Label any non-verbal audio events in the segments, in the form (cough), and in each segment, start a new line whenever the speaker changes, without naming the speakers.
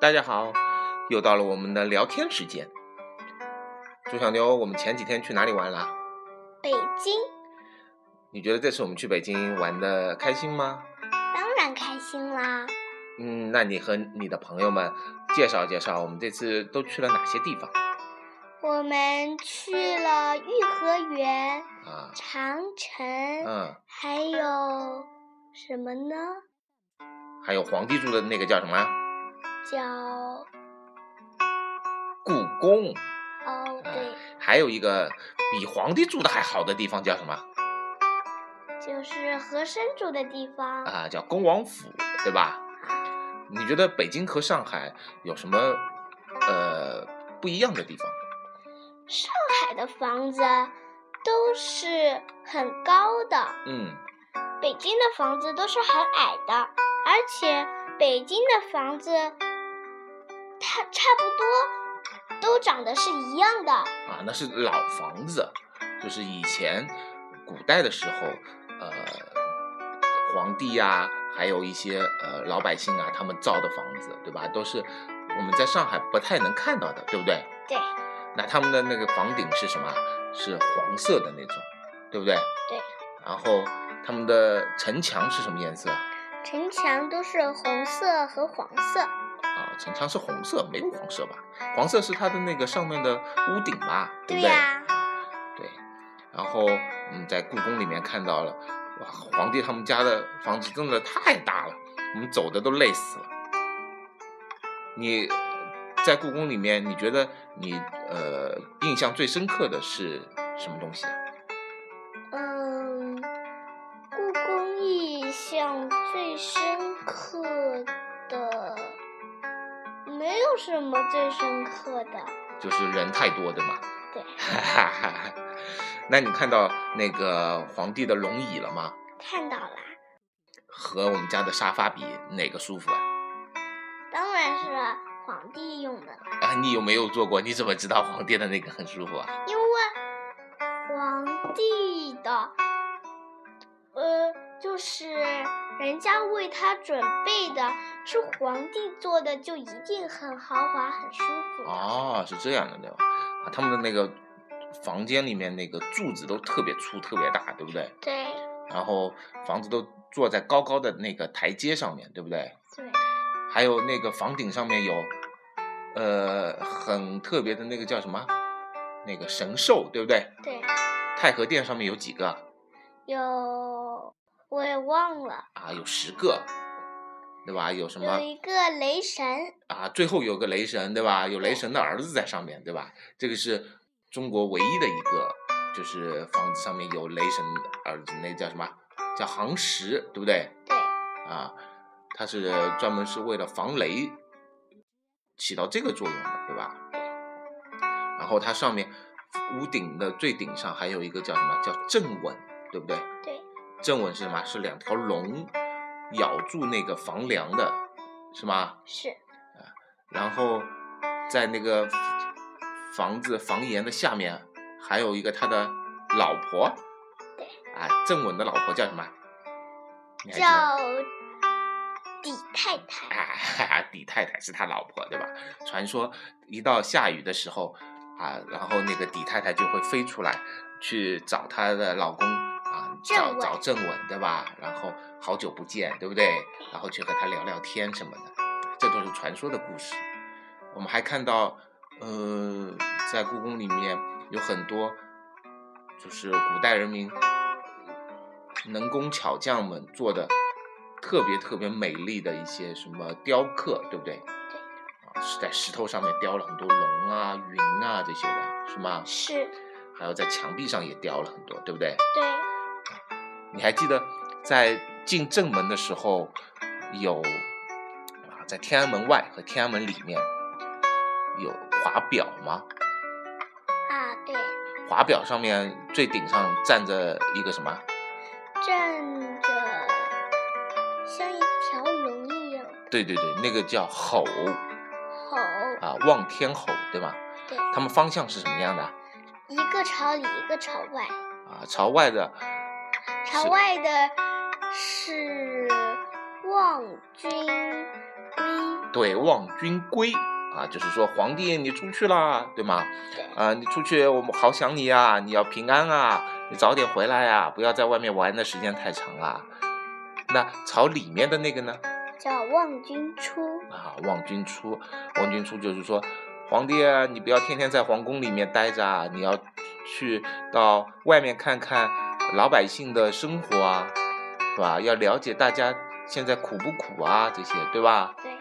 大家好，又到了我们的聊天时间。朱小妞，我们前几天去哪里玩了？
北京
你觉得这次我们去北京玩的开心吗？
当然开心啦！
嗯，那你和你的朋友们介绍介绍，我们这次都去了哪些地方
我们去了颐和园、
啊？
长城，
嗯，
还有什么呢？
还有皇帝住的那个叫什么啊？
叫
故宫，
哦，对，
还有一个比皇帝住的还好的地方叫什么
就是和珅住的地方。
啊？叫恭王府，对吧？
啊
你觉得北京和上海有什么呃不一样的地方？
上海的房子都是很高的，
嗯。
北京的房子都是很矮的，而且北京的房子，它差不多都长得是一样的。
啊，那是老房子，就是以前古代的时候，呃，皇帝呀、还有一些呃老百姓啊，他们造的房子，对吧？都是我们在上海不太能看到的，对不对？
对
那他们的那个房顶是什么啊？是黄色的那种，对不对？
对。
然后他们的城墙是什么颜色啊？
城墙都是红色和黄色。
啊，城墙是红色，没有黄色吧？黄色是它的那个上面的屋顶吧，对不对？
呀、
对，然后嗯，在故宫里面看到了，哇，皇帝他们家的房子真的太大了，我们走的都累死了。你在故宫里面，你觉得你呃印象最深刻的是什么东西啊？
嗯，故宫印象最深刻的，没有什么最深刻的。
就是人太多，对吗？
对，
哈哈哈。 (laughs) 那你看到那个皇帝的龙椅了吗？
看到了，
和我们家的沙发比，哪个舒服啊？
当然是皇帝用的了。
啊，你有没有坐过？你怎么知道皇帝的那个很舒服啊？
因为皇帝的，呃，就是人家为他准备的是皇帝做的，就一定很豪华、很舒服的。
哦，是这样的，对吧？啊，他们的那个房间里面那个柱子都特别粗、特别大，对不对？
对
然后房子都坐在高高的那个台阶上面，对不对？
对，
还有那个房顶上面有，呃，很特别的那个叫什么？那个神兽，对不对？
对，
太和殿上面有几个啊？
有我也忘了，
啊，有十个，对吧？有什么
有？一个雷神，
啊，最后有个雷神，对吧？有雷神的儿子在上面，对吧？这个是中国唯一的一个，就是房子上面有雷神儿子，那叫什么？叫行石，对不对？
对，
啊，它是专门是为了防雷，起到这个作用的，对吧？然后它上面屋顶的最顶上还有一个叫什么？叫正吻，对不对？
对，
正吻是什么？是两条龙咬住那个房梁的，是吗？
是
然后在那个房子房檐的下面，还有一个他的老婆，
对，
啊，郑稳的老婆叫什么？你还记得吗
叫底太太，
啊， (laughs) 哈哈，李太太是他老婆，对吧？传说一到下雨的时候啊，然后那个李太太就会飞出来去找她的老公啊，找
正
找
稳
正稳，对吧？然后好久不见，对不对？然后去和他聊聊天什么的，这都是传说的故事。我们还看到，呃，在故宫里面有很多，就是古代人民能工巧匠们做的特别特别美丽的一些什么雕刻，对不对？
对
啊，是在石头上面雕了很多龙啊、云啊这些的，是吗？
是
还有在墙壁上也雕了很多，对不对？
对，
你还记得在进正门的时候有啊，在天安门外和天安门里面有华表吗？
啊对，
华表上面最顶上站着一个什么？
站着像一条龙一样
对对对，那个叫吼
吼。
啊，望天吼，对吧？
对，
他们方向是什么样的？
一个朝里，一个朝外。
啊，朝外的
朝
是
外的是望君归，
对望君归啊，就是说皇帝你出去啦，对吗？啊，你出去，我们好想你啊，你要平安啊，你早点回来啊，不要在外面玩的时间太长啊。那朝里面的那个呢？
叫望君出。
啊，望君出，望君出就是说，皇帝啊，你不要天天在皇宫里面待着啊，你要去到外面看看老百姓的生活啊，是吧？要了解大家现在苦不苦啊，这些对吧？
对，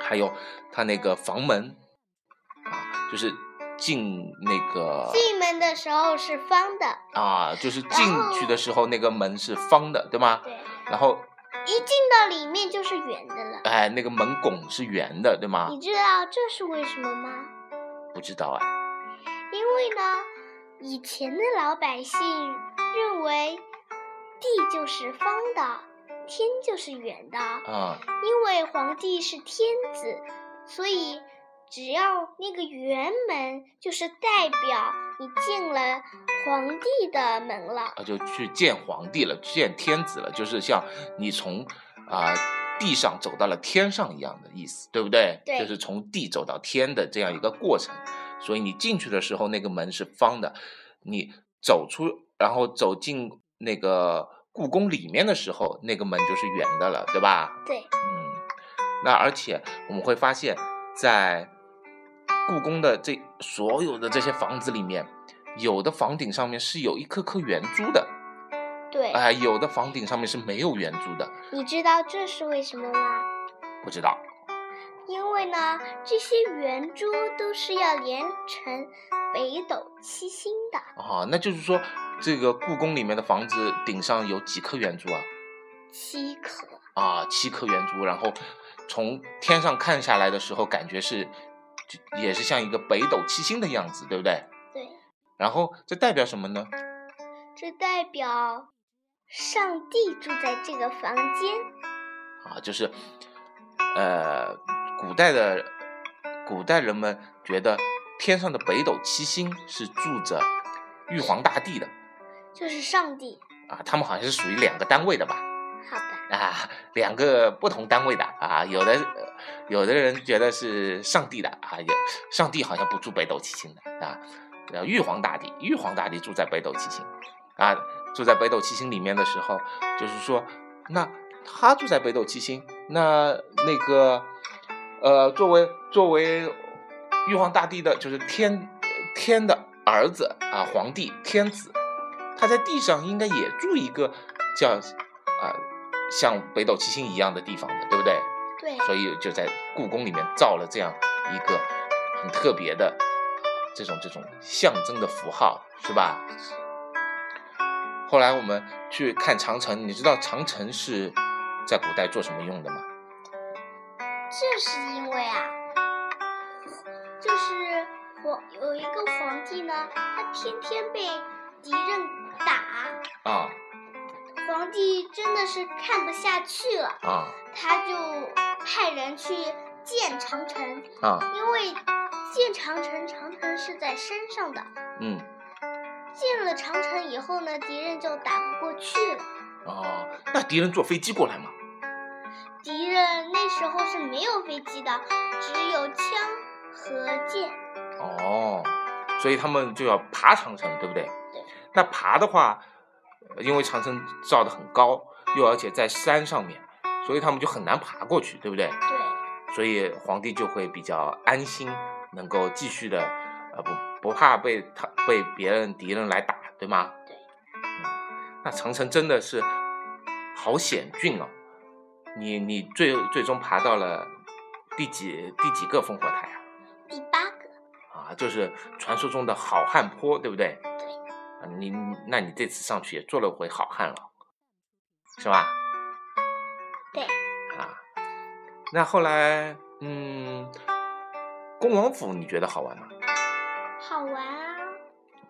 还有他那个房门啊，就是进那个
进门的时候是方的，
啊，就是进去的时候那个门是方的，对吗？
对，
然后
一进到里面就是圆的了。
哎，那个门拱是圆的，对吗
你？知道这是为什么吗？
不知道哎，
因为呢，以前的老百姓认为地就是方的，天就是圆的。
啊、
因为皇帝是天子，所以只要那个圆门，就是代表你进了皇帝的门了。
啊，就去见皇帝了，见天子了，就是像你从啊、地上走到了天上一样的意思，对不对？
对
就是从地走到天的这样一个过程。所以你进去的时候，那个门是方的，你走出，然后走进那个故宫里面的时候，那个门就是圆的了，对吧？
对，
嗯，那而且我们会发现，在故宫的这所有的这些房子里面，有的房顶上面是有一颗颗圆珠的，
对，
哎、有的房顶上面是没有圆珠的，
你知道这是为什么吗？
不知道
因为呢，这些圆珠都是要连成北斗七星的，
啊。那就是说，这个故宫里面的房子顶上有几颗圆珠啊？
七颗。
啊，七颗圆珠，然后从天上看下来的时候，感觉是就也是像一个北斗七星的样子，对不对？
对，
然后这代表什么呢？
这代表上帝住在这个房间。
啊，就是，呃，古代的古代人们觉得天上的北斗七星是住着玉皇大帝的
就是上帝，
啊，他们好像是属于两个单位的吧？
好吧，
啊，两个不同单位的啊，有的呃有的人觉得是上帝的啊，也上帝好像不住北斗七星的啊，然后玉皇大帝，玉皇大帝住在北斗七星啊，住在北斗七星里面的时候，就是说，那他住在北斗七星，那那个呃，作为作为玉皇大帝的，就是天天的儿子啊，皇帝天子，他在地上应该也住一个叫啊、像北斗七星一样的地方的，对不对？
对，
所以就在故宫里面造了这样一个很特别的这种这种象征的符号，是吧？后来我们去看长城，你知道长城是在古代做什么用的吗？
这是因为啊，就是我有一个皇帝呢，他天天被敌人打，
啊
皇帝真的是看不下去了，
啊
他就派人去建长城，
啊！
因为建长城，长城是在山上的，
嗯
建了长城以后呢，敌人就打不过去了。
哦，那敌人坐飞机过来吗？
敌人那时候是没有飞机的，只有枪和剑。
哦，所以他们就要爬长城，对不对
对？
那爬的话，呃因为长城造的很高，又而且在山上面，所以他们就很难爬过去，对不对？
对，
所以皇帝就会比较安心，能够继续的，呃，不不怕被他被别人敌人来打，对吗？
对
嗯。那长城真的是好险峻哦！你你最最终爬到了第几第几个烽火台啊？
第八个，
啊，就是传说中的好汉坡，对不对？
对
啊，你那你这次上去也做了回好汉了，是吧？
对，
啊，那后来，嗯，恭王府你觉得好玩吗？
好玩啊！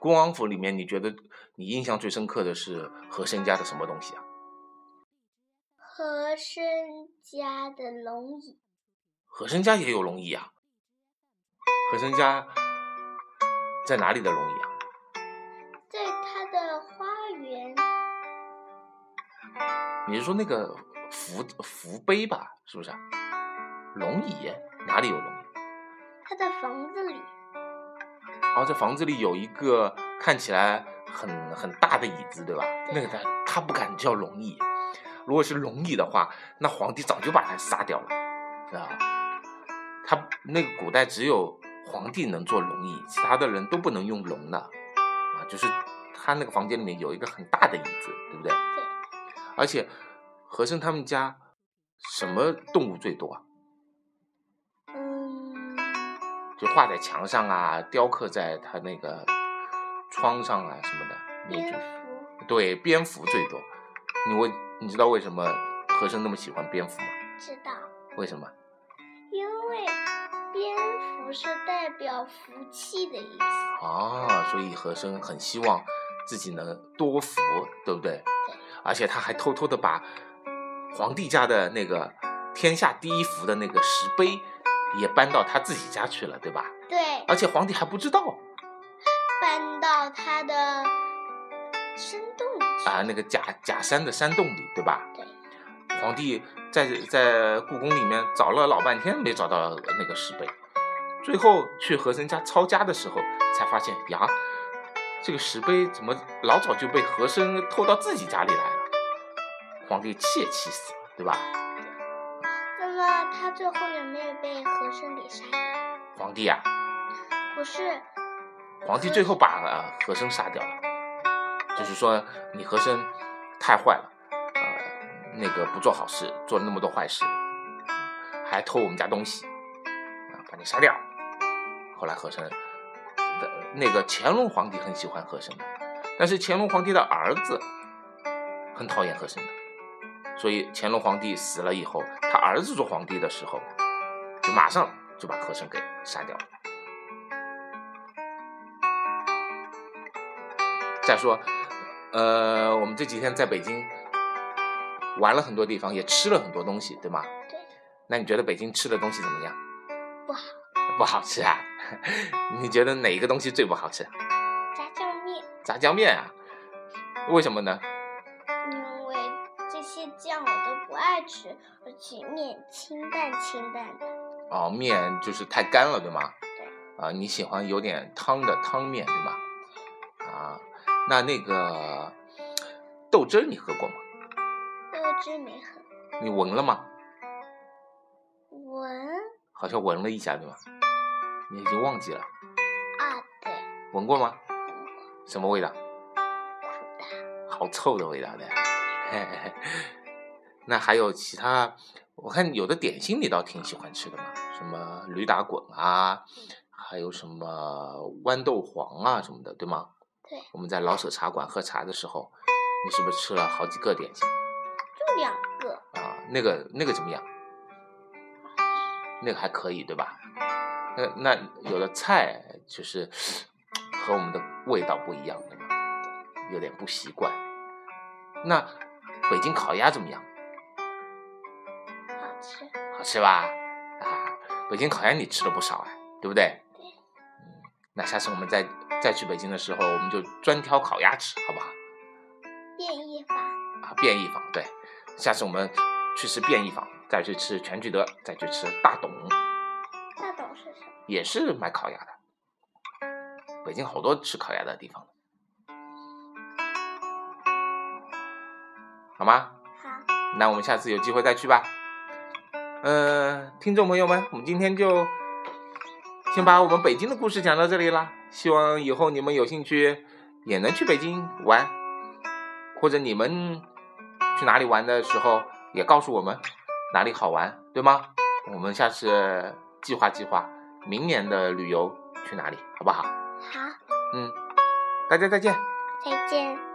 恭王府里面，你觉得你印象最深刻的是和珅家的什么东西啊？
和珅家的龙椅，
和珅家也有龙椅啊？和珅家在哪里的龙椅啊？
在他的花园，
你是说那个福福碑吧？是不是啊？龙椅哪里有龙椅？
他的房子里，
然后这房子里有一个看起来很很大的椅子，对吧？那个他他不敢叫龙椅，如果是龙椅的话，那皇帝早就把他杀掉了，知道吧？他那个古代只有皇帝能坐龙椅，其他的人都不能用龙的，啊，就是他那个房间里面有一个很大的椅子，对不对？
对，
而且和珅他们家什么动物最多啊？
嗯，
就画在墙上啊，雕刻在他那个窗上啊什么的面具
蝙。蝠
对，蝙蝠最多。你为你知道为什么和珅那么喜欢蝙蝠吗？
知道，
为什么？
因为蝙蝠是代表福气的意思。
啊，所以和珅很希望自己能多福，对不对？而且他还偷偷的把皇帝家的那个天下第一福的那个石碑也搬到他自己家去了，对吧？
对，
而且皇帝还不知道
搬到他的山洞里去。
啊，那个假假山的山洞里，对吧？
对，
皇帝在在故宫里面找了老半天没找到那个石碑，最后去和珅家抄家的时候才发现呀，这个石碑怎么老早就被和珅偷到自己家里来了？皇帝气也气死了，对吧？
那么他最后有没有被和珅给杀掉？
皇帝啊，
不是，
皇帝最后把、呃和珅杀掉了，就是说你和珅太坏了，呃，那个不做好事，做了那么多坏事，还偷我们家东西，啊、把你杀掉。后来和珅的那个乾隆皇帝很喜欢和珅的，但是乾隆皇帝的儿子很讨厌和珅的，所以乾隆皇帝死了以后，他儿子做皇帝的时候，就马上就把和珅给杀掉了。再说，呃，我们这几天在北京玩了很多地方，也吃了很多东西，对吗？
对，
那你觉得北京吃的东西怎么样？
不好，
不好吃啊？ (laughs) 你觉得哪一个东西最不好吃？啊
炸酱面，
炸酱面啊？为什么呢？
因为这些酱我都不爱吃，而且面清淡清淡的。
哦，面就是太干了，对吗？
对。
啊，你喜欢有点汤的汤面，对吗？啊，那那个豆汁儿你喝过吗？
豆汁没很
你闻了吗？
闻
好像闻了一下，对吗？你已经忘记了，
啊，对，
闻过吗？什么味道？
苦的。
好臭的味道的。 (laughs) 那还有其他，我看有的点心你倒挺喜欢吃的嘛，什么驴打滚啊，还有什么豌豆黄啊什么的，对吗？
对，
我们在老舍茶馆喝茶的时候，你是不是吃了好几个点心
就两个，
啊？那个那个怎么样？那个还可以，对吧？那那有的菜就是和我们的味道不一样的嘛，有点不习惯。那北京烤鸭怎么样？
好吃。
好吃吧？啊，北京烤鸭你吃了不少啊，对不对？
对
嗯，那下次我们再再去北京的时候，我们就专挑烤鸭吃，好不好？
变异法，
啊，便宜坊对，下次我们去吃便宜坊，再去吃全聚德，再去吃大董，
大董是什么？
也是卖烤鸭的。北京好多吃烤鸭的地方，好吗？
好，
那我们下次有机会再去吧。呃，听众朋友们，我们今天就先把我们北京的故事讲到这里啦。希望以后你们有兴趣也能去北京玩，或者你们去哪里玩的时候也告诉我们哪里好玩，对吗？我们下次计划计划明年的旅游去哪里，好不好？
好，
嗯，大家再见。
再见。